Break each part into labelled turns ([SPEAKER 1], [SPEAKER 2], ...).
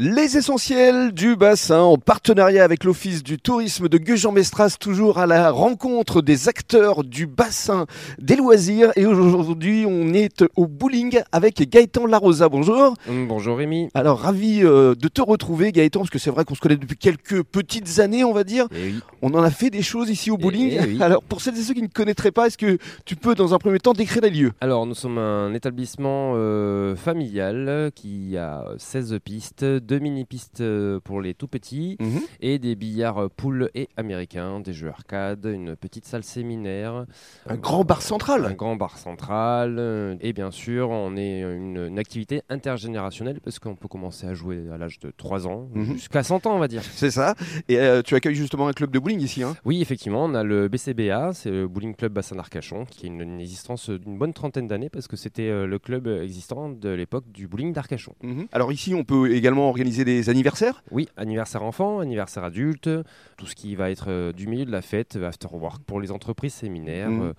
[SPEAKER 1] Les essentiels du bassin en partenariat avec l'Office du tourisme de Gujan-Mestras, toujours à la rencontre des acteurs du bassin des loisirs. Et aujourd'hui, on est au bowling avec Gaëtan Larosa. Bonjour.
[SPEAKER 2] Mm, Bonjour Rémi.
[SPEAKER 1] Alors, ravi euh, de te retrouver, Gaëtan, parce que c'est vrai qu'on se connaît depuis quelques petites années, on va dire. On en a fait des choses ici au
[SPEAKER 2] Eh
[SPEAKER 1] bowling.
[SPEAKER 2] oui.
[SPEAKER 1] Alors, pour celles et ceux qui ne connaîtraient pas, est-ce que tu peux, dans un premier temps, décrire les lieux
[SPEAKER 2] Alors nous sommes un établissement euh, familial qui a 16 pistes, deux mini-pistes euh, pour les tout petits et des billards euh, poules et américains, des jeux arcade, une petite salle séminaire,
[SPEAKER 1] Un grand bar
[SPEAKER 2] un
[SPEAKER 1] central.
[SPEAKER 2] grand bar central euh, et bien sûr on est une, une activité intergénérationnelle parce qu'on peut commencer à jouer à l'âge de 3 ans
[SPEAKER 1] Mhm.
[SPEAKER 2] jusqu'à 100 ans on va dire.
[SPEAKER 1] C'est ça. Et euh, tu accueilles justement un club de bowling ici. hein.
[SPEAKER 2] Oui, effectivement, on a le BCBA, c'est le Bowling Club Bassin d'Arcachon, qui a une, une existence d'une bonne trentaine d'années parce que c'était euh, le club existant de l'époque du bowling d'Arcachon.
[SPEAKER 1] Alors ici, on peut également organiser des anniversaires.
[SPEAKER 2] Oui, anniversaire enfant, anniversaire adulte, tout ce qui va être euh, du milieu de la fête, euh, after work pour les entreprises séminaires,
[SPEAKER 1] Mhm.
[SPEAKER 2] euh,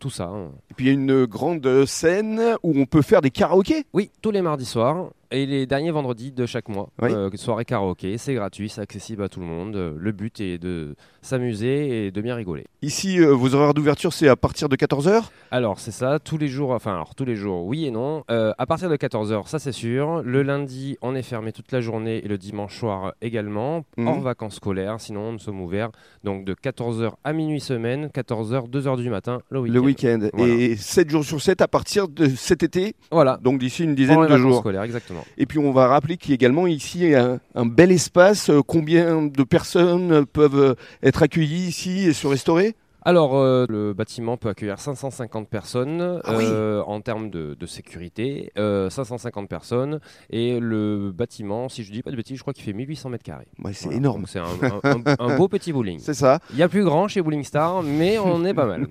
[SPEAKER 2] tout ça. hein.
[SPEAKER 1] Et puis il y a une grande euh, scène où on peut faire des karaokés.
[SPEAKER 2] Oui, tous les mardis soirs et les derniers vendredis de chaque mois.
[SPEAKER 1] Oui.
[SPEAKER 2] euh, soirée karaoké, c'est gratuit, c'est accessible à tout le monde. Euh, Le but est de s'amuser et de bien rigoler.
[SPEAKER 1] Ici, euh, vos horaires d'ouverture, c'est à partir de 14h.
[SPEAKER 2] Alors c'est ça, tous les jours, enfin alors tous les jours, oui et non. Euh, à partir de 14h, ça c'est sûr. Le lundi, on est fermé toute la journée et le dimanche soir euh, également,
[SPEAKER 1] Mhm.
[SPEAKER 2] hors vacances scolaires, sinon nous sommes ouverts donc de 14h à minuit semaine, 14h, 2h du matin, le week-end.
[SPEAKER 1] Le week-end.
[SPEAKER 2] Voilà.
[SPEAKER 1] Et 7 jours sur 7 à partir de cet été,
[SPEAKER 2] Voilà,
[SPEAKER 1] donc d'ici une
[SPEAKER 2] pendant
[SPEAKER 1] dizaine
[SPEAKER 2] les
[SPEAKER 1] de
[SPEAKER 2] vacances
[SPEAKER 1] jours.
[SPEAKER 2] scolaires, exactement.
[SPEAKER 1] Et puis on va rappeler qu'il y a également ici un, un bel espace. Euh, Combien de personnes euh, peuvent euh, être accueillies ici et se restaurer
[SPEAKER 2] Alors, euh, le bâtiment peut accueillir 550 personnes
[SPEAKER 1] Ah oui.
[SPEAKER 2] euh, en termes de, de sécurité, euh, 550 personnes, et le bâtiment, si je dis pas de bêtises, je crois qu'il fait 1800 mètres carrés.
[SPEAKER 1] Ouais, Bah, C'est
[SPEAKER 2] Voilà,
[SPEAKER 1] énorme.
[SPEAKER 2] donc C'est un, un- un- un beau petit bowling.
[SPEAKER 1] C'est ça.
[SPEAKER 2] Il y a plus grand chez Bowling Star, mais on est pas mal.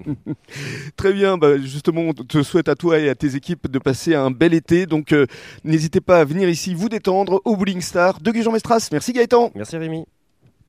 [SPEAKER 1] Très bien, bah, justement, on te souhaite à toi et à tes équipes de passer un bel été. Donc, euh, n'hésitez pas à venir ici vous détendre au Bowling Star de Gujan-Mestras. Merci Gaëtan.
[SPEAKER 2] Merci Rémi.